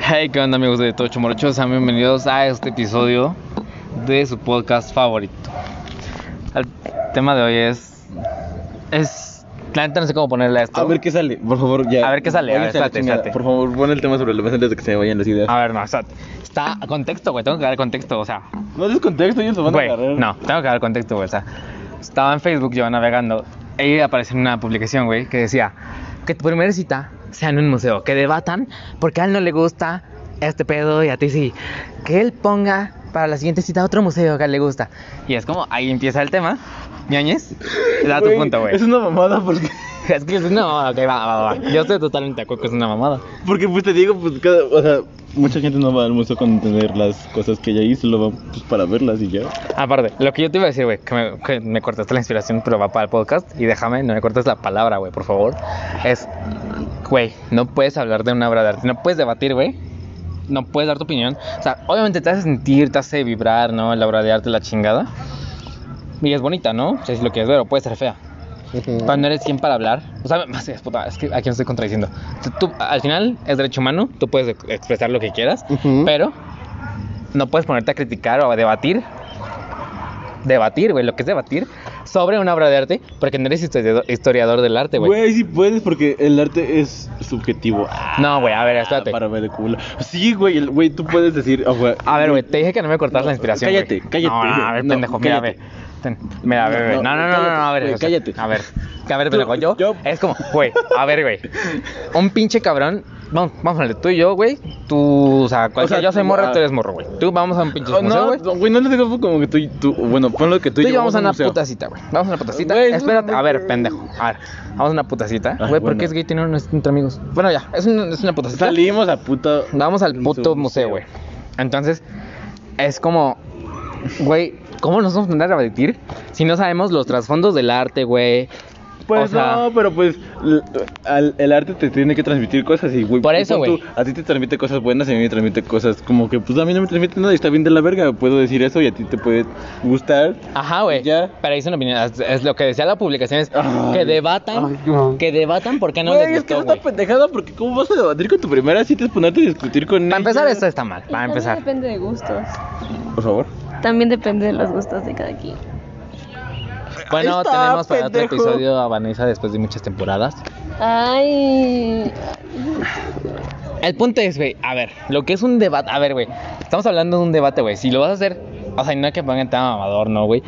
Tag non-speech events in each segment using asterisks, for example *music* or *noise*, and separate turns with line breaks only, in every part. Hey, ¿qué onda amigos de Tocho Morocho? Sean bienvenidos a este episodio de su podcast favorito. El tema de hoy es... Es... La neta no sé cómo ponerle a esto.
A ver qué sale, por favor, ya.
A ver qué sale, a ver,
Váyanse la
espérate,
chingada.
espérate. Ah.
Por favor, pon el tema sobre la mesa antes de que se me vayan las ideas.
A ver, no, está... Está contexto, güey. Tengo que dar contexto, o sea...
No des contexto, ellos lo van
Güey,
a agarrar.
no, tengo que dar contexto, güey. O sea, estaba en Facebook yo navegando y apareció una publicación, güey, que decía que tu primera cita sea en un museo, que debatan porque a él no le gusta este pedo y a ti sí. Que él ponga para la siguiente cita otro museo que a él le gusta. Y es como, ahí empieza el tema. ñañez, da tu punto, güey.
Es una mamada porque, *laughs*
Es que es una mamada, ok, va, va, va. Yo estoy totalmente de acuerdo que es una mamada.
porque pues te digo, pues cada, o sea, mucha gente no va al museo con entender las cosas que ella hizo, lo va pues para verlas y ya.
Aparte, lo que yo te iba a decir, güey, que me, que me cortaste la inspiración, pero va para el podcast. Y déjame, no me cortes la palabra, güey, por favor. Es, güey, no puedes hablar de una obra de arte, no puedes debatir, güey. No puedes dar tu opinión. O sea, obviamente te hace sentir, te hace vibrar, ¿no? La obra de arte, la chingada. Y es bonita, ¿no? O sea, si lo quieres ver, o puede ser fea. Pero no eres quien para hablar. O sea, *laughs* más es puta, es que aquí me estoy contradiciendo. Tú- tú, al final, es derecho humano, tú puedes ex- expresar lo que quieras,
Ujú.
pero no puedes ponerte a criticar o a debatir. Debatir, güey, lo que es debatir sobre una obra de arte, porque no eres historiador, historiador del arte, güey.
Güey, sí puedes porque el arte es subjetivo. Ah,
No, güey, a ver, espérate.
Para ver de culo. Sí, güey, el- güey, tú puedes decir, ah, güey.
A ver, güey, te dije que no me cortaras
No,
la inspiración.
cállate,
güey.
cállate.
No, a ver,
No,
pendejo, mira,
cállate.
ve. Ten- Mira, ve, ve.
No,
No, no, no, no,
cállate,
no, a ver.
güey,
o sea,
cállate.
A ver, a ver,
Tú,
pendejo, yo.
yo-
Es como, güey, a ver, güey. Un pinche cabrón. Vamos, vamos a ponerle tú y yo, güey. Tú, o sea, cualquiera.
sea,
yo soy
tú,
morra,
ah.
tú eres morro, güey. Tú vamos a un pinche
No,
museo,
no,
güey.
no, güey, no le digo como que tú y tú. Bueno, ponlo que tú
Tú
y
y yo vamos a
al
una
museo.
puta cita, güey. Vamos a una puta cita.
Güey, eso
Espérate,
no-
a ver, pendejo. A ver, vamos a una puta cita.
Ay,
Güey, ¿por
bueno.
qué es gay tener unos entre amigos? Bueno, ya, es una, es una puta cita.
Salimos a puta.
Vamos al puto
Museo.
museo, güey. Entonces, es como, güey, ¿cómo nos vamos a poner a debatir si no sabemos los trasfondos del arte, güey?
Pues
O sea-
no, pero pues l- al- el arte te tiene que transmitir cosas y güey. pues,
Por
pon
eso, güey.
tú, A ti te transmite cosas buenas y a mí me transmite cosas como que pues a mí no me transmite nada y está bien de la verga. Puedo decir eso y a ti te puede gustar.
Ajá, güey.
Ya.
Pero ahí son opiniones. Es- Es lo que decía la publicación: es
Ay.
que debatan.
Ay, no.
Que debatan porque no
Güey,
les
es
gustó,
que es
güey.
una pendejada porque ¿cómo vas a debatir con tu primera cita es ponerte a discutir con
Para
ella?
empezar, este, esto está mal.
Y
Para
también
empezar.
depende de gustos.
Por favor.
También depende de los gustos de cada quien.
Bueno,
está,
tenemos para otro
pendejo.
episodio a Vanessa después de muchas temporadas.
Ay.
El punto es, güey, a ver, lo que es un debate, a ver, güey, estamos hablando de un debate, güey, si lo vas a hacer, o sea, no que pongan tema mamador, no, güey,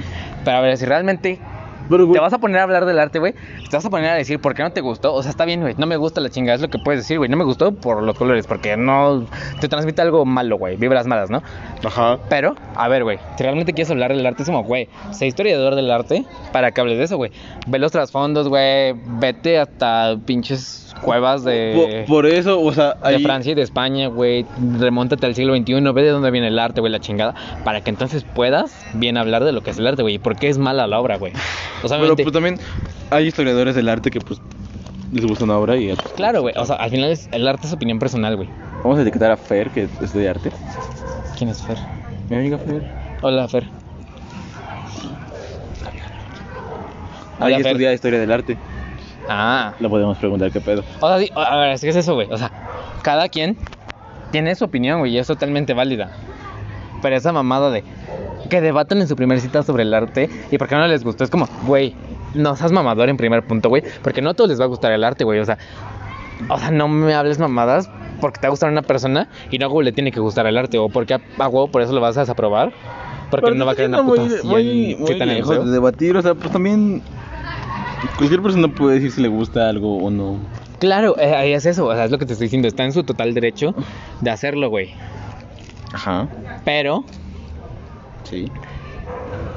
pero a ver, si realmente
Pero, güey,
te vas a poner a hablar del arte, güey, te vas a poner a decir por qué no te gustó, o sea, está bien, güey, no me gusta la chingada, es lo que puedes decir, güey, no me gustó por los colores, porque no te transmite algo malo, güey, vibras malas, ¿no?
Ajá.
Pero, a ver, güey, si realmente quieres hablar del arte, es como, güey, sé historiador del arte para que hables de eso, güey, ve los trasfondos, güey, vete hasta pinches cuevas de...
Po- por eso, o sea,
Eh, De Francia y de España, güey. Remóntate al siglo XXI, ve de dónde viene el arte, güey, la chingada. Para que entonces puedas bien hablar de lo que es el arte, güey. Y por qué es mala la obra, güey. O sea,
Pero
obviamente-
pues también hay historiadores del arte que pues les gusta una obra y
claro, güey. O sea, al final es- el arte es opinión personal, güey.
vamos a etiquetar a Fer que es de arte.
¿Quién es Fer?
Mi amiga Fer.
Hola, Fer.
Ahí
Hola, Fer.
estudia historia del arte.
Ah.
Lo podemos preguntar qué pedo.
O sea, sí, a ver, es que es eso, güey. O sea, cada quien tiene su opinión, güey, y es totalmente válida. Pero esa mamada de que debatan en su primer cita sobre el arte y por qué no les gustó, es como, güey, no seas mamador en primer punto, güey, porque no a todos les va a gustar el arte, güey. O sea, o sea, no me hables mamadas porque te va a gustar una persona y no a huevo le tiene que gustar el arte, o porque a, a huevo por eso lo vas a desaprobar, porque
Pero
no va a
está
querer una
siendo
puta
muy-
cien
muy- muy
cita en el
lejos
museo.
de debatir, o sea, pues también cualquier persona puede decir si le gusta algo o no.
Claro, eh, ahí es eso, o sea, es lo que te estoy diciendo, está en su total derecho de hacerlo, güey.
Ajá.
Pero
Sí.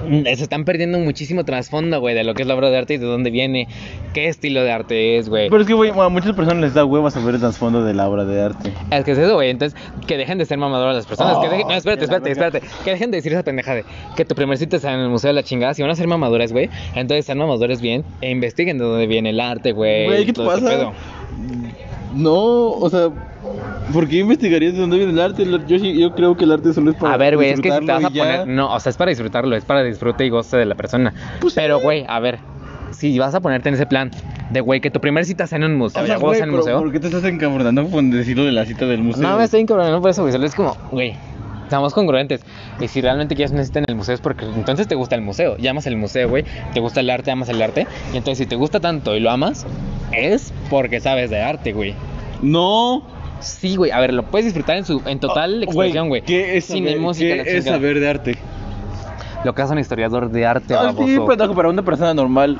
mm, se están perdiendo muchísimo trasfondo, güey, de lo que es la obra de arte y de dónde viene, qué estilo de arte es, güey.
Eh. Pero es que, güey, a muchas personas les da hueva saber el trasfondo de la obra de arte.
Es que es eso, güey. Entonces, que dejen de ser mamadoras las personas. que
Oh,
dejen- No, espérate,
de la
espérate, espérate. Que dejen de decir esa pendeja de que tu primer cita sea en el Museo de la Chingada. Si van a ser mamadoras, güey, entonces sean mamadores bien e investiguen de dónde viene el arte, güey.
Güey, ¿qué te
Eh, todo ese
pasa?
pedo.
No, o sea, ¿por qué investigarías de dónde viene el arte? El- Yo, sí- yo creo que el arte solo es para
A ver, güey, es que si te vas
disfrutarlo
a
y ya.
poner. No, o sea, es para disfrutarlo, es para disfrute y goce de la persona.
Pues
Pero, güey, a ver. si vas a ponerte en ese plan de, güey, que tu primer cita sea en un museo,
O
ya
sea,
huevos
güey,
en un
pero
museo.
¿Por qué te estás encabronando con decirlo de la cita del museo?
No me estoy encabronando por eso, güey. Solo es como, güey, estamos congruentes. Y si realmente quieres una cita en el museo es porque entonces te gusta el museo. Llamas el museo, güey. Te gusta el arte, amas el arte. Y entonces si te gusta tanto y lo amas, es porque sabes de arte, güey.
No.
Sí, güey. A ver, lo puedes disfrutar en su en total expresión, güey.
Ah, ¿Qué es
Sin
saber,
música, la
¿qué es
chingada.
saber de arte?
Lo que hace un historiador de arte,
Ah, sí,
baboso.
pendejo, para una persona normal.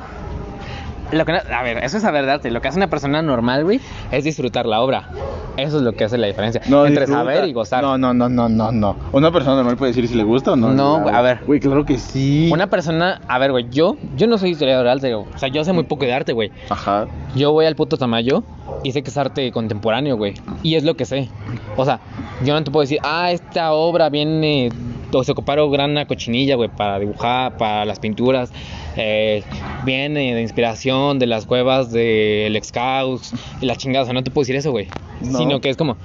Lo que no- a ver, eso es saber de arte. Lo que hace una persona normal, güey, es disfrutar la obra. Eso es lo que hace la diferencia entre
disfruta.
saber y gozar.
No, no, no, no, no, no. Una persona normal puede decir si le gusta o no.
No,
Claro.
güey, a ver.
Güey, claro que sí.
Una persona, a ver, güey, yo, yo no soy historiador de arte, güey. O sea, yo sé muy poco de arte, güey.
Ajá.
Yo voy al puto Tamayo y sé que es arte contemporáneo, güey. Y es lo que sé. O sea, yo no te puedo decir, ah, esta obra viene. O se ocuparon grana cochinilla, güey, para dibujar, para las pinturas. Eh, viene de inspiración de las cuevas del Excaus y la chingada. O sea, no te puedo decir eso, güey.
No.
Sino que es como,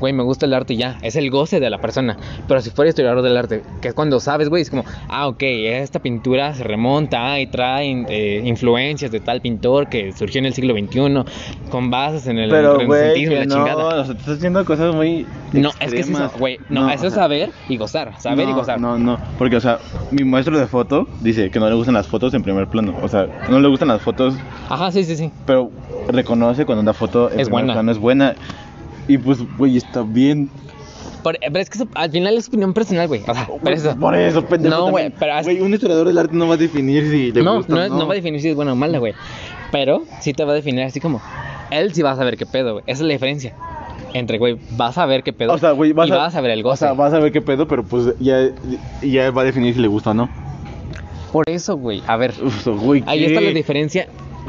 güey, me gusta el arte y ya. Es el goce de la persona. Pero si fuera historiador del arte, que es cuando sabes, güey, es como, ah, ok, esta pintura se remonta y trae eh, influencias de tal pintor que surgió en el siglo XXI con bases en el
Pero, güey,
y
que no, o sea, te estás haciendo cosas muy
No, es que es eso,
extremas.
güey. No, eso
o
es
sea,
saber y gozar. Saber
no,
y gozar.
No, no, porque, o sea, mi maestro de foto dice que no le gustan las fotos en primer plano. O sea, no le gustan las fotos
Ajá, sí, sí, sí.
pero reconoce cuando una foto en
Es
primer
buena.
plano es buena. Y pues, güey, está bien.
Pero, pero es que eso, al final es opinión personal, güey. O sea, pero eso.
Por eso, pendejo.
No, güey,
también.
pero es-
Güey, un historiador del arte no va a definir si le
no,
gusta
no,
o
es- no va a definir si es buena o mala, güey. Pero sí te va a definir así como. Él sí va a saber qué pedo, güey. Esa es la diferencia. Entre, güey, vas a ver qué pedo.
O sea, güey, vas
y
a,
vas a ver el goce.
O sea, vas a ver qué pedo, pero pues ya, ya va a definir si le gusta o no.
Por eso, güey. A ver.
Uf, güey,
Ahí
¿qué?
está la diferencia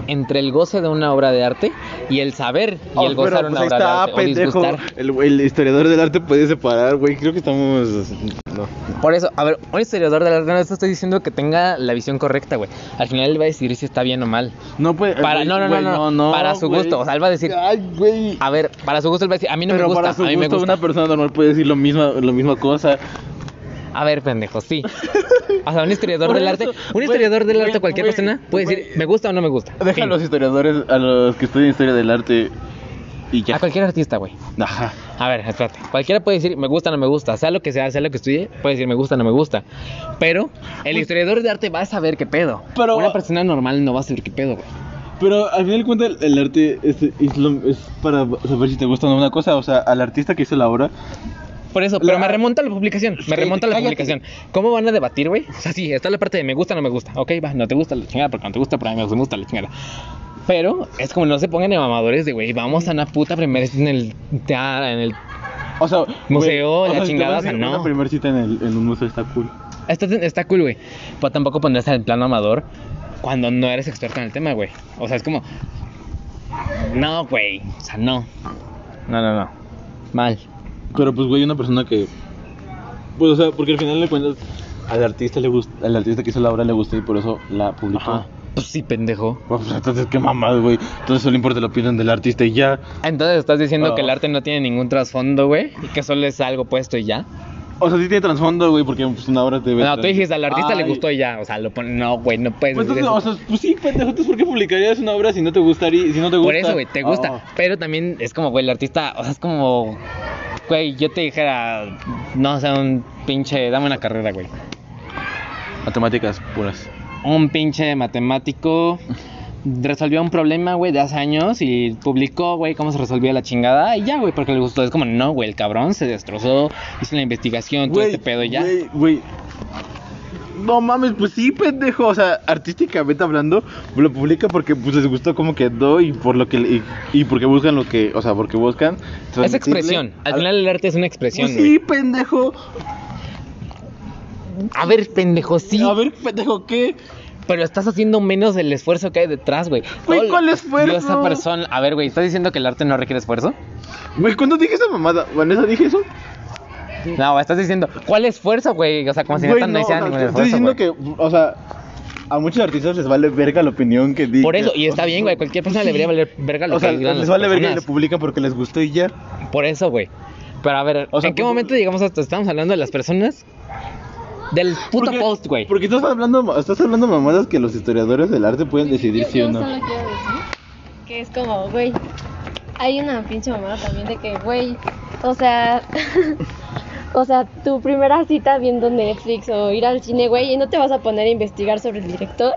entre el goce de una obra de arte y el saber y
Oh,
el gozar
pero,
una
pues,
obra
ahí está,
de arte o
pendejo.
disgustar.
El, el historiador del arte puede separar, güey. Creo que estamos. No.
Por eso, a ver, un historiador del arte no te estoy diciendo que tenga la visión correcta, güey. Al final él va a decidir si está bien o mal.
No puede.
Para-
güey,
no, no, no,
güey,
no, para su
güey.
gusto, o sea, él va a decir-
Ay, güey.
A ver, para su gusto él va a decir, a mí no
pero
me gusta,
para su
a mí me
gusto,
gusta.
una persona normal puede decir lo misma, lo misma cosa.
A ver, pendejo, sí. O sea, un historiador
*laughs* Por
del
eso,
arte, un
güey,
historiador del
güey,
arte, cualquier
güey,
persona puede decir,
güey.
me gusta o no me gusta.
Deja a
Fin.
los historiadores, a los que estudian historia del arte y ya.
A cualquier artista, güey.
Ajá.
A ver, espérate. Cualquiera puede decir me gusta, no me gusta. Sea lo que sea, sea lo que estudie, puede decir me gusta, no me gusta. Pero el historiador de arte va a saber qué pedo.
Pues Pero-
Una persona normal no va a saber qué pedo, güey.
Pero al final de cuentas, el, el arte es, es lo- es para saber si te gusta o no una cosa. O sea, al artista que hizo la obra.
Por eso, pero
La-
me remonta a la publicación. Me
Cállate,
remonta a la
cállate.
publicación. ¿Cómo van a debatir, güey? O sea, sí, está la parte de me gusta, no me gusta. Ok, va, no te gusta la chingada, porque no te gusta, pero a mí me gusta la chingada. Pero es como no se pongan de mamadores de, güey, vamos a una puta primera cita en el, tea- en el
O sea,
Museo,
güey,
la
si te
chingada,
vas a
o sea,
hacer
no.
Una primera cita en, el- en un museo está cool.
Está, está cool, güey. Pero tampoco pondrás en el plano amador cuando no eres experto en el tema, güey. O sea, es como. No, güey. O sea, no.
No, no, no.
Mal.
Pero pues, güey, una persona que. Pues, o sea, porque al final de cuentas, al artista, le gust- al artista que hizo la obra le gustó y por eso la publicó.
Ajá. Pues sí, pendejo.
Bueno, Pues entonces qué mamada, güey. Entonces solo importa la opinión del artista y ya.
Entonces estás diciendo
Ah.
que el arte no tiene ningún trasfondo, güey. Y que solo es algo puesto y ya.
O sea, sí tiene trasfondo, güey, porque pues, una obra te ve.
No, tú dijiste al artista le
Ay.
gustó y ya. O sea, lo pone. No, güey, no puedes
Pues
decir eso.
entonces, o sea, pues sí, pendejo, entonces ¿por qué publicarías una obra si no te gustaría, si no te gusta?
Por eso, güey, te gusta.
Ah,
Pero también es como, güey, el artista, o sea, es como, güey, yo te dijera, no, o sea, un pinche, dame una carrera, güey.
ah. Matemáticas puras.
un pinche matemático resolvió un problema, güey, de hace años y publicó, güey, cómo se resolvía la chingada y ya, güey, porque le gustó. Es como, no, güey, el cabrón se destrozó, hizo la investigación, todo este pedo y ya.
Güey, güey. No mames, pues sí, pendejo. O sea, artísticamente hablando, lo publica porque pues les gustó cómo quedó y por lo que y, y porque buscan lo que, o sea, porque buscan
Es
transmitirle
expresión. Al final el arte es una expresión,
Pues
güey.
sí, pendejo.
A ver, pendejo, sí.
A ver, pendejo, ¿qué?
Pero estás haciendo menos el esfuerzo que hay detrás, güey.
Güey,
Todo lo-
¿cuál esfuerzo?
yo esa persona... A ver, güey, ¿estás diciendo que el arte no requiere esfuerzo?
Güey, ¿cuándo dije esa mamada? ¿Vanessa dije eso?
No, estás diciendo, ¿cuál esfuerzo, güey? O sea, como si
Güey,
neta no,
o
hiciera
sea,
ningún
te
esfuerzo,
Estoy
güey.
diciendo que, o sea, a muchos artistas les vale verga la opinión que digan.
Por eso, y está bien,
*laughs*
güey, cualquier persona le debería valer verga lo
O sea,
que digan
les
las
vale verga y
personas.
le publican porque les gustó y ya.
Por eso, güey. Pero a ver,
O sea,
¿en qué
pues,
momento llegamos hasta estamos hablando de las personas Del puto
Porque-
post, güey.
Porque tú estás hablando, estás hablando mamadas que los historiadores del arte pueden decidir
Yo-
sí o
yo
no.
solo quiero decir que es como, güey, hay una pinche mamada también de que, güey, o sea, *laughs* o sea, tu primera cita viendo Netflix o ir al cine, güey, y no te vas a poner a investigar sobre el director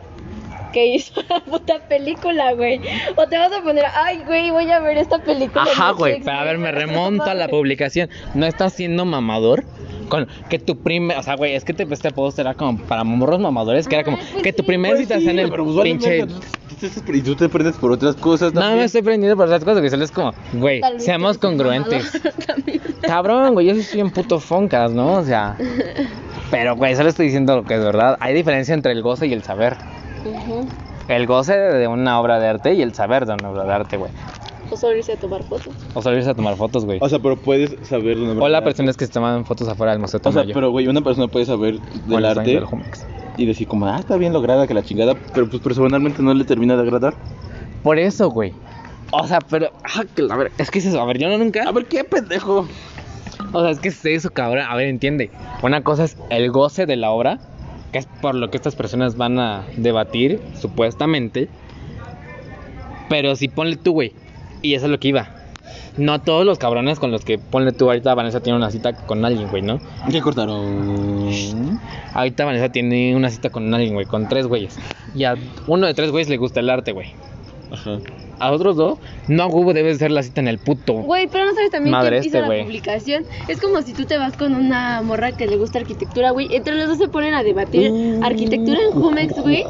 que hizo *laughs* la puta película, güey. O te vas a poner, ay, güey, voy a ver esta película. en
Ajá, güey.
Netflix,
Pero a ver, me
para
remonto a la
preocuparme".
publicación. ¿No estás siendo mamador? Con que tu primer. O sea, güey, es que te, este post era como para morros mamadores. Que era como
Ay, pues
que tu
sí.
primer
Pues
cita
sí,
sea en el
pero pues vale
pinche.
verga, tú- tú te estás- Y tú te prendes por otras cosas.
No
también.
me estoy prendiendo por esas cosas, que solo es como, güey,
Tal vez
seamos
tú eres un
congruentes.
mamador también.
Cabrón, güey, yo sí soy un puto foncas, ¿no? O sea. Pero, güey, solo estoy diciendo lo que es verdad. Hay diferencia entre el goce y el saber.
*laughs* Ujú.
El goce de una obra de arte y el saber de una obra de arte, güey.
O solo irse a tomar fotos.
O solo irse a tomar fotos, güey.
O sea, pero puedes saber de una
O las
verdad.
personas que se toman fotos afuera del Museo
O sea,
Tamayo.
pero güey, una persona puede saber
O en
del
los años
arte
del Jumex.
y decir como, ah, está bien lograda que la chingada, pero pues personalmente no le termina de agradar.
Por eso, güey. O sea, pero. ah, que la ver- es que es eso. A ver, yo no nunca.
A ver, qué pendejo.
O sea, es que es eso, cabrón. A ver, entiende. Una cosa es el goce de la obra, que es por lo que estas personas van a debatir, supuestamente. Pero si ponle tú, güey. Y eso es lo que iba. No todos los cabrones con los que ponle tú ahorita Vanessa tiene una cita con alguien, güey, ¿no?
¿Qué cortaron?
Ahorita Vanessa tiene una cita con alguien, güey, con tres güeyes. Y a uno de tres güeyes le gusta el arte, güey.
Ajá.
A otros dos, no a huevo debe ser la cita en el puto.
Güey, pero no sabes también
Madre
quién hizo
este,
la
güey.
publicación. Es como si tú te vas con una morra que le gusta arquitectura, güey. Entre los dos se ponen a debatir
Mm.
arquitectura en Jumex, güey.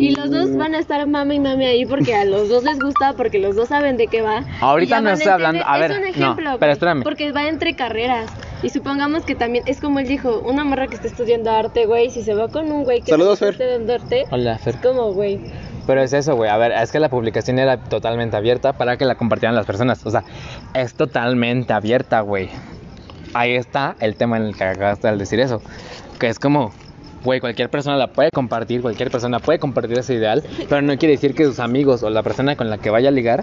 Y los dos van a estar mame y mame ahí porque a los dos les gusta, porque los dos saben de qué va.
Ahorita
Y ya
no
van a
estoy hablando-
entender-
a ver,
es un
no,
ejemplo,
pero
güey,
espérame.
Porque va entre carreras. Y supongamos que también, es como él dijo, una morra que está estudiando arte, güey, si se va con un güey que
Saludos,
está
Fer.
estudiando arte,
Hola, Fer.
es como, güey,
Pero es eso, güey. A ver, es que la publicación era totalmente abierta para que la compartieran las personas. O sea, es totalmente abierta, güey. Ahí está el tema en el que acabaste al decir eso. Que es como, güey, cualquier persona la puede compartir, cualquier persona puede compartir ese ideal, pero no quiere decir que sus amigos o la persona con la que vaya a ligar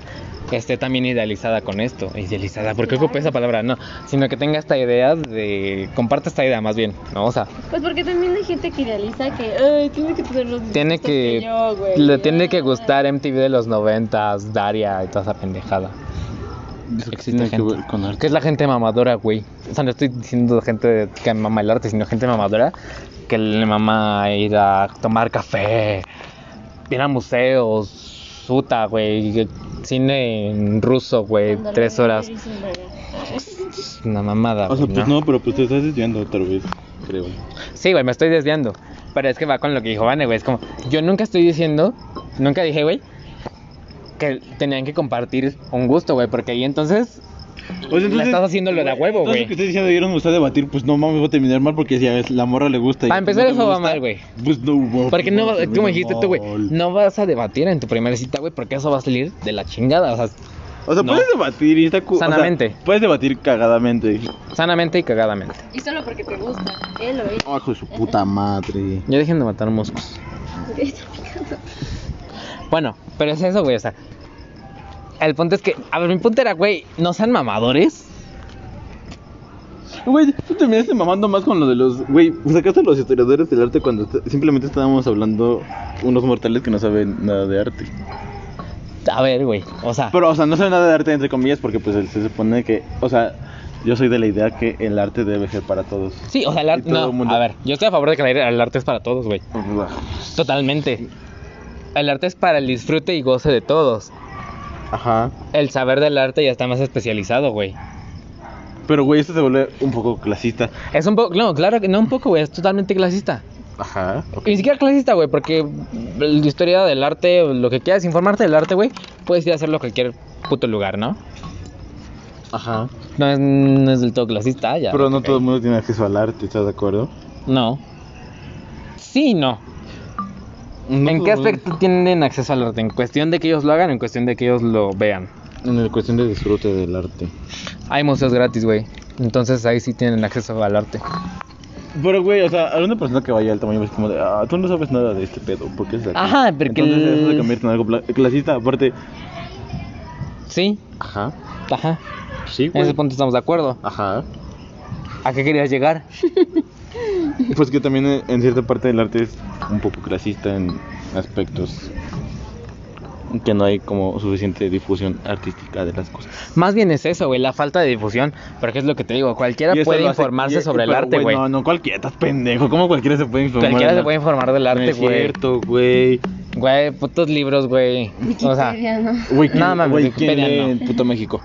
esté también idealizada con esto. Idealizada, ¿por qué ocupé esa palabra? No, sino que tenga esta idea de. Comparte esta idea más bien, ¿no? O sea,
Pues porque también hay gente que idealiza que ay, tiene que tener los mismos
Tiene
gustos
que,
yo, güey".
le tiene que
Ah.
gustar MTV de los noventas, Daria y toda esa pendejada.
Eso que
Existe
tiene que
gente.
ver con
Que
arte.
es la gente mamadora, güey. O sea, no estoy diciendo gente que mama el arte, sino gente mamadora que le mama ir a tomar café, ir a museos, suta, güey, cine en ruso, güey,
Cuando
eh, tres
la
horas.
mujer hizo nada.
Es Una mamada.
O sea,
güey,
pues no, pero pues te estás desviando otra vez, creo.
Sí, güey, me estoy desviando. Pero es que va con lo que dijo Vane, güey. Es como, yo nunca estoy diciendo, nunca dije, güey, que tenían que compartir un gusto, güey. Porque ahí entonces,
O sea,
Le estás haciendo lo de a huevo,
Pues entonces
güey.
lo que estás diciendo dieron usted a debatir, pues no mames, va a terminar mal porque si a la morra le gusta. y
Para
a ti no
empezar,
te
eso va
gusta,
mal, güey.
Pues no, va-
porque no,
va a
va- como
terminar
dijiste tú, güey,
mal.
no vas a debatir en tu primera cita, güey, porque eso va a salir de la chingada. O sea,
O sea,
No.
puedes debatir y está cu- o sea,
Sanamente.
puedes debatir cagadamente.
sanamente y cagadamente.
Y solo porque te gusta, él o ella.
Bajo su puta madre.
Ya dejen de matar moscos. Bueno, pero es eso, güey, o sea. El punto es que, a ver, mi punto era, güey, no sean mamadores.
Güey, tú terminaste mamando más con lo de los. Güey, sacaste a los historiadores del arte cuando est- simplemente estábamos hablando unos mortales que no saben nada de arte.
A ver, güey, o sea.
Pero, o sea, no saben nada de arte, entre comillas, porque pues se supone que. O sea, yo soy de la idea que el arte debe ser para todos.
Sí, o sea, el
Y
arte.
todo
No,
el mundo-
a ver, yo estoy a favor de que el- el arte es para todos, güey. Totalmente. El arte es para el disfrute y goce de todos.
Ajá.
El saber del arte ya está más especializado, güey.
Pero, güey, esto se vuelve un poco clasista.
Es un poco, no, claro que no un poco, güey, es totalmente clasista.
Ajá. ok.
Y ni siquiera clasista, güey, porque la historia del arte, lo que quieras, informarte del arte, güey, puedes ir a hacerlo a cualquier puto lugar, ¿no?
Ajá.
No es, no es del todo clasista, ya.
Pero no
ok.
todo el mundo tiene acceso al arte, ¿estás de acuerdo?
No. Sí, y no.
No
¿En
todo
qué
el mundo-
aspecto tienen acceso al arte? ¿En cuestión de que ellos lo hagan o en cuestión de que ellos lo vean?
En la cuestión de disfrute del arte.
Hay museos gratis, güey. Entonces ahí sí tienen acceso al arte.
Pero, güey, o sea, a una persona que vaya al tamaño es como de, ah, tú no sabes nada de este pedo, ¿por qué es aquí?
Ajá, porque
Entonces
el-
eso se convierte en algo pla- clasista, aparte.
Sí,
Ajá,
ajá.
sí,
En ese punto estamos de acuerdo.
Ajá.
¿A qué querías llegar?
Pues que también en- en cierta parte del arte es un poco clasista en aspectos que no hay como suficiente difusión artística de las cosas.
Más bien es eso, güey, la falta de difusión. Porque es lo que te digo, cualquiera
Y eso
puede
lo hace-
informarse
y-
sobre el
pero,
arte, güey.
No, no cualquiera, estás pendejo. ¿Cómo cualquiera se puede informar?
Cualquiera
del
se puede informar del
arte? No
arte,
es
güey.
cierto, güey.
Güey, putos libros, güey. O sea, ese
Wikipedia, ¿no?
Güey,
No, mames,
güey, ¿quién
Wikipedia
lee
no.
en puto México?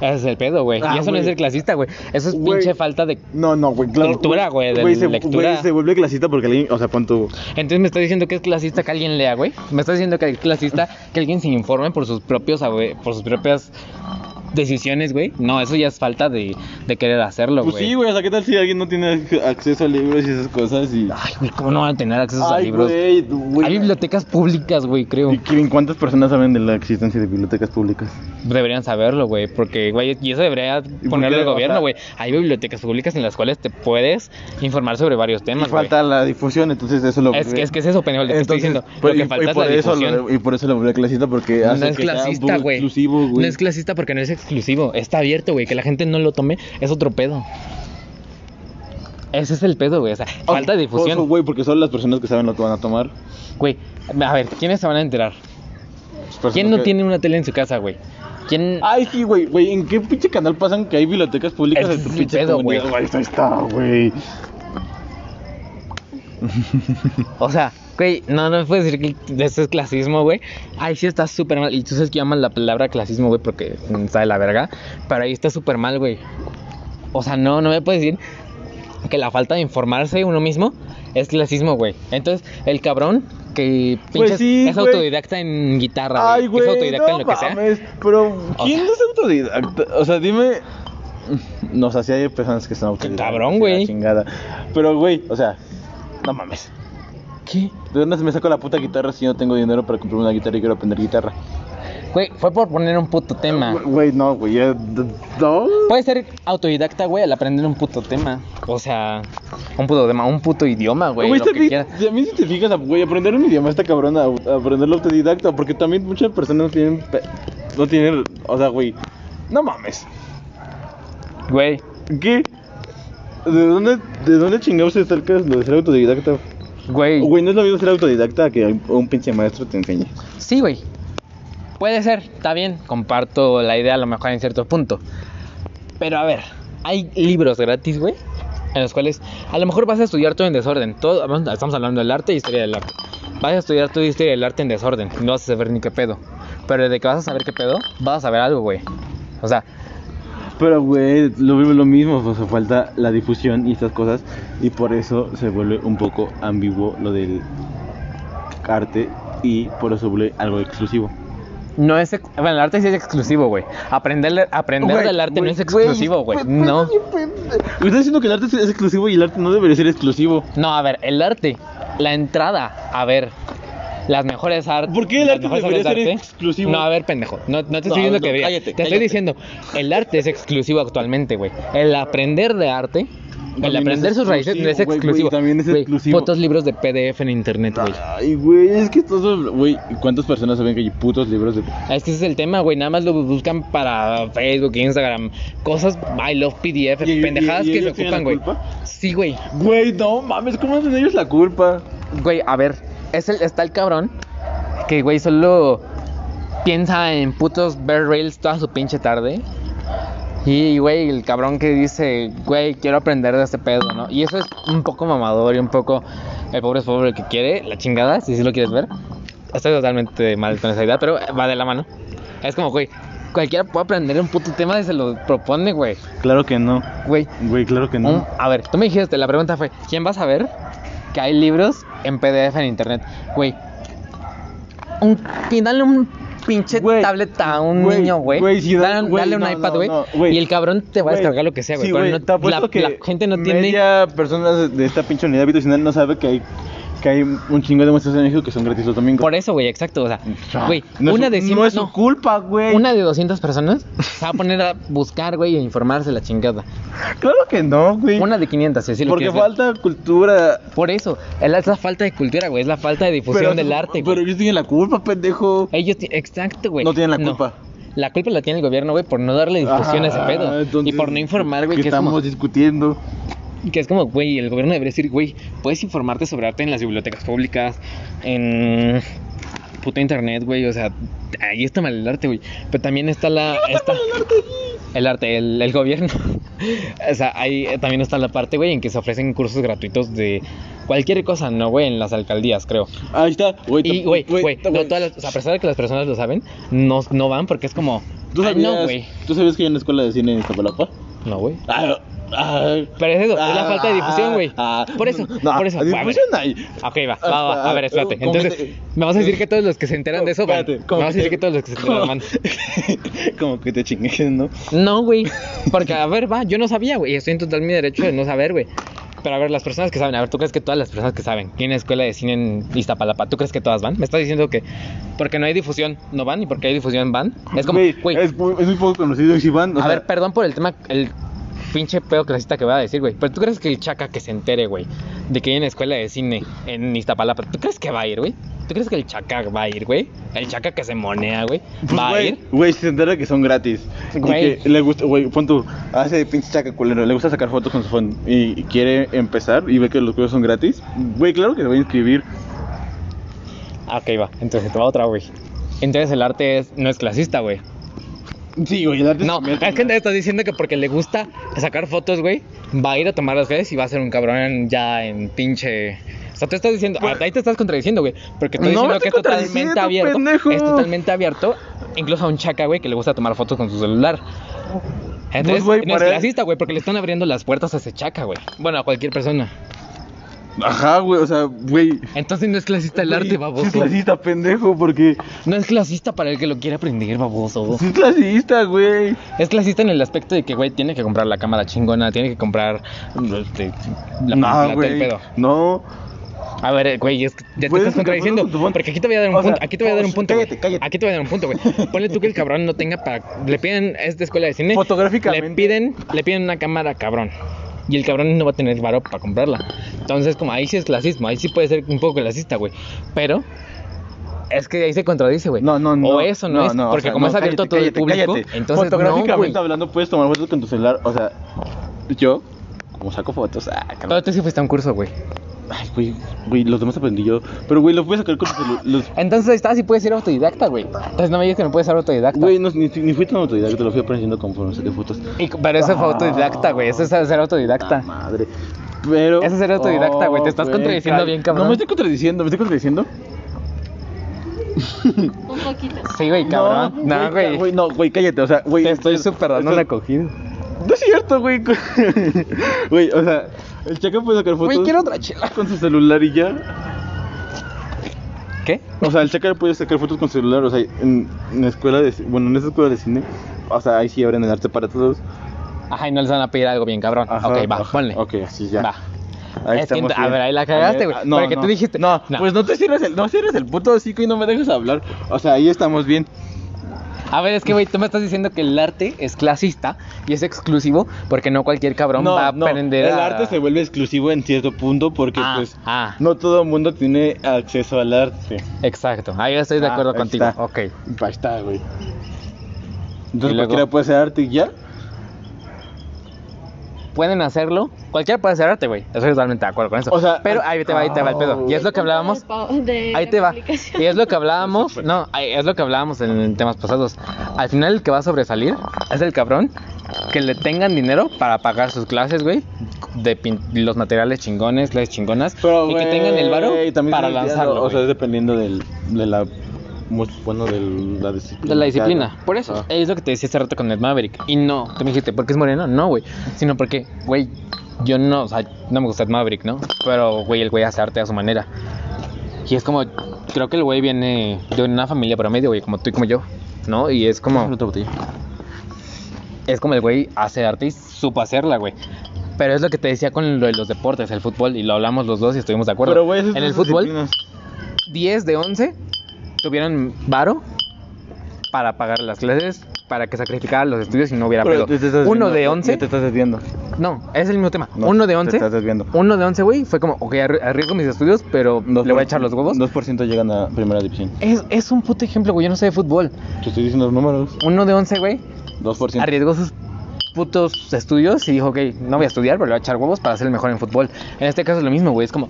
es el pedo, güey.
Ah,
y eso no
güey.
es ser clasista, güey. Eso es
Güey.
pinche falta de.
No, no, güey, claro.
Cultura, güey, de
se-
lectura.
güey, se vuelve clasista porque alguien, o sea, cuánto
Entonces me está diciendo que es clasista que alguien lea, güey. Me está diciendo que es clasista que alguien se informe por sus propios, sabe- por sus propias decisiones, güey. No, eso ya es falta de, de querer hacerlo,
Pues
güey.
sí, güey, o sea, ¿qué tal si alguien no tiene ac- acceso a libros y esas cosas? Y...
Ay, güey, ¿cómo no van a tener acceso a
Ay,
Ah, libros?
güey, güey.
Hay bibliotecas públicas, güey, creo.
¿Y quién- cuántas personas saben de la existencia de bibliotecas públicas?
Deberían saberlo, güey, porque, güey, y eso debería
qué,
ponerlo el
o
gobierno,
sea?
güey. Hay bibliotecas públicas en las cuales te puedes informar sobre varios
Y
temas, güey.
falta la difusión, entonces eso lo
Es que, es que es eso, pendejo, lo que estoy diciendo.
pues,
lo que
y-
falta
y
es
por
la
eso
difusión.
lo- y por eso lo volví clasista porque hace
No es
que sea un
clasista,
poco
güey.
exclusivo, güey.
No es clasista porque no es exclusivo. Está abierto, güey. Que la gente no lo tome es otro pedo. Ese es el pedo, güey. O sea,
Oh,
falta de
ojo,
difusión.
güey, porque solo las personas que saben lo que van a tomar.
Güey, a ver, ¿quiénes se van a enterar?
las pues, personas
¿Quién no
que-
tiene una tele en su casa, güey? ¿Quién...?
Ay, sí, güey, güey, ¿en qué pinche canal pasan que hay bibliotecas públicas
Ese
en tu
es el
pinche
Eh, pedo,
comunidad?
güey.
Ahí está, está, güey.
O sea, güey, no, no me puedes decir que esto es clasismo, güey. Ahí sí está súper mal. Y tú sabes que llaman la palabra clasismo, güey, porque mm, está de la verga. Pero ahí está súper mal, güey. O sea, no, no me puedes decir que la falta de informarse uno mismo es clasismo, güey. Entonces, el cabrón que
Pues
pinches
sí,
es
güey.
autodidacta en guitarra,
Ay,
güey. que
güey,
Es autodidacta
no
en lo que sea.
mames, pero
O
¿quién
sea-
no es autodidacta? O sea, dime... No, o sea, sí hay personas que son autodidactas.
cabrón,
y la
güey.
chingada. Pero, güey, o sea, no mames.
¿Qué?
¿De dónde se me saco la puta guitarra si yo no tengo dinero para comprarme una guitarra y quiero aprender guitarra?
Güey, fue por poner un puto tema.
Güey, no, güey, ya- d- no.
Puedes ser autodidacta, güey, al aprender un puto tema. O sea, un puto tema, un puto idioma, güey.
Güey,
lo
este
que
vi-
quieras.
si a mí si te fijas, güey, aprender un idioma está cabrón, a- a aprenderlo autodidacta, porque también muchas personas no tienen, pe- no tienen, o sea, güey, no mames.
Güey,
¿Qué? ¿De dónde, de dónde chingados te sacas lo de ser autodidacta?
güey.
Güey, no es lo mismo ser autodidacta que un pinche maestro te enseñe.
Sí, güey. Puede ser, está bien. Comparto la idea a lo mejor en cierto punto. Pero a ver, hay libros gratis, güey. En los cuales a lo mejor vas a estudiar todo en desorden. Todo, vamos- estamos hablando del arte y historia del arte. Vas a estudiar toda historia del arte en desorden. No vas a saber ni qué pedo. Pero de que vas a saber qué pedo, vas a saber algo, güey. O sea,
Pero, güey, lo, lo mismo, o sea, falta la difusión y estas cosas, y por eso se vuelve un poco ambiguo lo del arte, y por eso se vuelve algo exclusivo.
no es. ex- Bueno, el arte sí es exclusivo, güey. Aprender, aprender
Güey,
del arte
güey,
no es exclusivo, güey. No.
Me estás diciendo que el arte es exclusivo y el arte no debería ser exclusivo.
No, a ver, el arte, la entrada, a ver, las mejores artes.
¿Por qué el arte debería ser exclusivo?
No, a ver, pendejo, no, no te
No,
estoy diciendo
no,
que debería.
cállate,
te
cállate.
estoy diciendo, el arte es exclusivo actualmente, güey. El aprender de arte,
También
el
es
aprender sus raíces no es
exclusivo, güey,
exclusivo.
güey, también es
Güey,
exclusivo.
Putos libros de PDF en internet, güey.
Ay, güey, es que todos, güey, ¿cuántas personas saben que hay putos libros de
Es que ese Este es el tema, güey. Nada más lo buscan para Facebook, Instagram, cosas I love PDF,
¿Y- y-
pendejadas
y
que se
ellos tienen
ocupan,
la
güey.
culpa?
Sí, güey.
Güey, no mames, ¿cómo hacen ellos la culpa?
Güey, a ver, es el, está el cabrón que, güey, solo piensa en putos Bear Rails toda su pinche tarde. Y, güey, el cabrón que dice, güey, quiero aprender de este pedo, ¿no? Y eso es un poco mamador y un poco el pobre es pobre el que quiere, la chingada, si sí lo quieres ver. Estoy totalmente mal con esa idea, pero va de la mano. Es como, güey, cualquiera puede aprender un puto tema y se lo propone, güey.
Claro que no,
Güey,
güey, claro que
un- a ver, tú me dijiste, la pregunta fue, ¿quién va a saber que hay libros en PDF en internet? Güey, un, pin- dale un pinche
Güey,
tablet a un
güey,
niño, güey.
güey, si da-
dale,
güey,
dale un
no,
iPad,
no,
güey.
no, güey.
y el cabrón te va a descargar lo que sea, güey.
Sí,
pero
güey,
no-
te apuesto
la,
que
la gente no tiene...
Media personas de esta pinche unidad habitacional no sabe que hay, que hay un chingo de muestras en México que son gratis los domingos.
Por eso, güey, exacto. O sea, güey,
No es
una
su-
de cien-
No es su
no.
culpa, güey.
Una de 200 personas se va a poner a buscar, güey, e informarse la chingada.
Claro que no, güey.
Una de 500, si así lo
Porque
quieres ver.
falta cultura.
Por eso, es la es la falta de cultura, güey, es la falta de difusión del arte, güey.
Pero ellos tienen la culpa, pendejo.
Ellos, ti- exacto, güey.
No tienen la culpa.
La culpa la tiene el gobierno, güey, por no darle difusión a ese
Ah,
pedo.
entonces,
y por no informar, güey,
¿qué
que es
estamos
como-
discutiendo.
Que es como, güey, el gobierno debería decir, güey, puedes informarte sobre arte en las bibliotecas públicas, en puta internet, güey, o sea, ahí está mal el arte, güey. Pero también está la... está- el arte, el, el gobierno. *laughs* o sea, ahí eh, también está la parte, güey, en que se ofrecen cursos gratuitos de cualquier cosa, ¿no, güey? En las alcaldías, creo.
Ahí está, güey.
Y,
ta-
güey, güey,
ta-
no, todas las- o sea, a pesar de que las personas lo saben, no, no van porque es como...
¿Tú
"Ay,
sabías,
no, güey.
¿Tú sabías que hay una escuela de cine en Iztapalapa?
No, güey.
Ah, ah,
Pero es eso, es la
ah,
falta de difusión, güey.
ah,
por eso,
no,
por eso.
de
Va, a ver.
Difusión hay.
Ok, va, va, va, a ver, espérate.
¿Cómo
Entonces,
que
me vas a decir que todos los que se enteran Ah, de eso van.
Espérate,
Me
¿cómo
vas a decir
te-
que todos los que se enteran van.
te- *laughs* Como que te chingué, ¿no?
No,
*laughs*
güey. Porque, a ver, va, yo no sabía, güey. Estoy en total mi derecho de no saber, güey. Pero a ver, las personas que saben, a ver, ¿tú crees que todas las personas que saben tienen escuela de cine en Iztapalapa? ¿Tú crees que todas van? Me estás diciendo que porque no hay difusión no van y porque hay difusión van. Es como,
Güey,
güey.
Es, muy- es muy poco conocido si van. o
A
sea,
ver, perdón por el tema, el pinche pedo clasista que voy a decir, güey. Pero tú crees que el chaca que se entere, güey, de que hay una escuela de cine en Iztapalapa, ¿tú crees que va a ir, güey? ¿Tú crees que el chaca va a ir, güey? El chaca que se monea, güey,
pues,
va a
güey,
ir.
Güey, se entera que son gratis. Y
Güey.
que le gusta, güey, pon tú, hace pinche chaca culero, le gusta sacar fotos con su phone y quiere empezar y ve que los cursos son gratis. Güey, claro que se va a inscribir.
Ah, ok, va. Entonces te va otra, güey. Entonces el arte es, no es clasista, güey.
Sí, güey, el arte
No,
se convierte
es que
en-
te estás diciendo que porque le gusta sacar fotos, güey, va a ir a tomar las calles y va a ser un cabrón en- ya en pinche. O sea, tú estás diciendo, ahí te estás contradiciendo, güey, porque tú
No me
diciendo que
estoy
es totalmente
contradiciendo,
abierto.
pendejo.
Es totalmente abierto, incluso a un chaca, güey, que le gusta tomar fotos con su celular. Entonces,
Pues, güey,
no es
para-
clasista, güey, porque le están abriendo las puertas a ese chaca, güey. Bueno, a cualquier persona.
Ajá, güey, o sea, güey.
Entonces no es clasista el arte,
güey, sí
baboso.
Es clasista, pendejo, porque.
No es clasista para el que lo quiera aprender, baboso.
sí Es clasista, güey.
Es clasista en el aspecto de que, güey, tiene que comprar la cámara chingona, tiene que comprar este, la
No,
no,
güey.
el pedo.
No.
A ver, eh, güey, es que ya te
Puedes
estás contradiciendo.
encontrarlo con tu fondo.
Porque aquí te voy a dar un
O sea,
punto. Aquí te voy a dar un
no,
punto.
cállate,
güey.
cállate.
Aquí te voy a dar un punto, güey. Ponle tú que el cabrón no tenga para. Le piden. Es de escuela de cine.
Fotográficamente.
Le piden, le piden una cámara, cabrón. Y el cabrón no va a tener varo para comprarla. Entonces, como ahí sí es clasismo. Ahí sí puede ser un poco clasista, güey. Pero. Es que ahí se contradice, güey.
No, no, no.
O eso no, es.
o
porque
sea,
como
no,
es abierto a todo
cállate,
el
cállate,
público.
cállate.
Entonces, no,
Fotográficamente
güey.
hablando, puedes tomar fotos con tu celular. O sea, yo, como saco fotos, ah, cabrón.
Pero tú sí fuiste a un curso, güey.
Ay, güey, güey, los demás aprendí yo. Pero, güey, los voy a sacar con tu celular. Los...
Entonces ahí está, sí puedes ser autodidacta, güey. Entonces no me digas que no puedes ser autodidacta.
Güey, no, ni, ni fui tan autodidacta, te lo fui aprendiendo conforme saqué fotos.
Y- pero eso fue autodidacta, güey. Eso es ser
La
autodidacta.
madre. Pero.
Eso es ser autodidacta, güey, te estás contradiciendo
cal-
bien, cabrón.
No me estoy contradiciendo, me estoy contradiciendo.
Un poquito.
Sí, güey, cabrón. No,
ca-
güey.
No, güey, cállate, o sea, güey.
Te estoy súper dando una
cosa.
cogida.
No es cierto, güey. *laughs* Güey, o sea, el chaca puede sacar fotos.
Güey, quiero otra chela.
Con su celular y ya.
¿Qué?
O sea, el chaca puede sacar fotos con su celular. O sea, en, en escuela de. ci- Bueno, en esa escuela de cine. O sea, ahí sí abren el arte para todos.
Ajá, y no les van a pedir algo bien, cabrón.
Ajá,
ok, va,
ajá,
ponle.
Ok, sí, ya.
Va.
Ahí
Es que,
estamos
a
bien.
ver, ahí la cagaste, güey.
Ah,
Porque tú dijiste-
No,
no.
pues no te cierres el, no cierres el puto hocico y no me dejes hablar. O sea, ahí estamos bien.
A ver, es que, güey, tú me estás diciendo que el arte es clasista y es exclusivo porque no cualquier cabrón va a aprender
El
a-
arte se vuelve exclusivo en cierto punto porque
Ah,
pues
ah.
no todo el mundo tiene acceso al arte.
Exacto, ahí estoy de
Ah,
acuerdo
ahí
contigo.
está.
Ok.
Ahí está, güey.
Y
Entonces
luego-
cualquiera puede hacer arte y ya.
pueden hacerlo. Cualquiera puede hacer arte, güey. Estoy totalmente de acuerdo con eso.
O sea,
pero ahí te va, ahí te va el pedo. Y es lo que hablábamos. Ahí te va. Y es lo que hablábamos. No, ahí- es lo que hablábamos en, en temas pasados. Al final el que va a sobresalir es el cabrón que le tengan dinero para pagar sus clases, güey. De pin- los materiales chingones, clases chingonas.
Pero,
y que
güey,
tengan el varo
también
para
se entiende,
lanzarlo.
O sea,
güey.
es dependiendo del, de la mu- bueno, de la disciplina.
De la disciplina. Por eso.
Ah.
Es lo que te decía hace rato con el Maverick. Y no, tú me dijiste, ¿por qué es moreno? No, güey. Sino porque, güey, yo no, o sea, no me gusta el Maverick, ¿no? Pero, güey, el güey hace arte a su manera. Y es como, creo que el güey viene de una familia promedio, güey, como tú y como yo, ¿no? Y es como
Otra botella.
es como el güey hace arte y supo hacerla, güey. Pero es lo que te decía con lo de los deportes, el fútbol, y lo hablamos los dos y estuvimos de acuerdo.
Pero, güey, esas
en el
son
fútbol,
disciplinas.
10 de 11 tuvieron varo para pagar las clases, para que sacrificaran los estudios y no hubiera pedo.
Pero te estás
Uno
desviando,
de
ya-
11,
ya te estás desviando.
no, es el mismo tema.
No,
uno de
te
11,
estás desviando.
uno de 11, güey, fue como, ok, arri- arriesgo mis estudios, pero
Dos
le voy
por-
a echar los huevos.
2% llegan a primera división.
Es, es un puto ejemplo, güey, yo no sé de fútbol.
Te estoy diciendo los números.
Uno de 11, güey,
2%.
arriesgó sus putos estudios y dijo, ok, no voy a estudiar, pero le voy a echar huevos para ser el mejor en fútbol. En este caso es lo mismo, güey. Es como,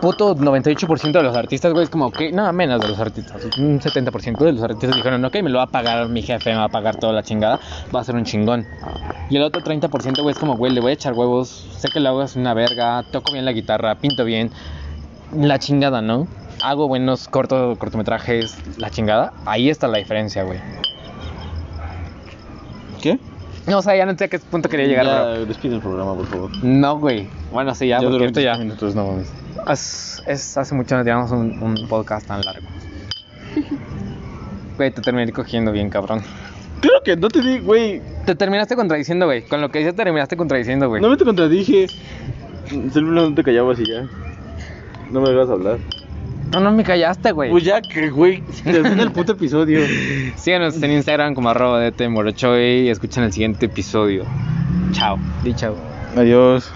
puto 98% de los artistas, güey, es como, ok, nada menos de los artistas. Un 70% de los artistas dijeron, ok, me lo va a pagar mi jefe, me va a pagar toda la chingada, va a ser un chingón. Y el otro 30%, güey, es como, güey, le voy a echar huevos, sé que lo hago es una verga, toco bien la guitarra, pinto bien, la chingada, ¿no? Hago buenos cortos, cortometrajes, la chingada. Ahí está la diferencia, güey.
¿Qué?
No, o sea, ya no sé a qué punto quería llegar,
Ya,
pero...
despide el programa, por favor.
No, güey. Bueno, sí, ya,
duró
porque esto
25
ya...
minutos, no mames.
Es, es- hace mucho no llevamos un, un podcast tan
*laughs*
largo. Güey, te terminé cogiendo bien, cabrón.
Creo que no te di, güey.
Te terminaste contradiciendo, güey. Con lo que dices, te terminaste contradiciendo, güey.
No me te contradije. Celular, no te callabas y ya. No me vas a hablar.
No, no me callaste, güey.
Pues ya que, güey, termina el puto episodio.
Síganos en Instagram como arroba DT Morochoy y escuchen el siguiente episodio. Chao. Di chao.
Adiós.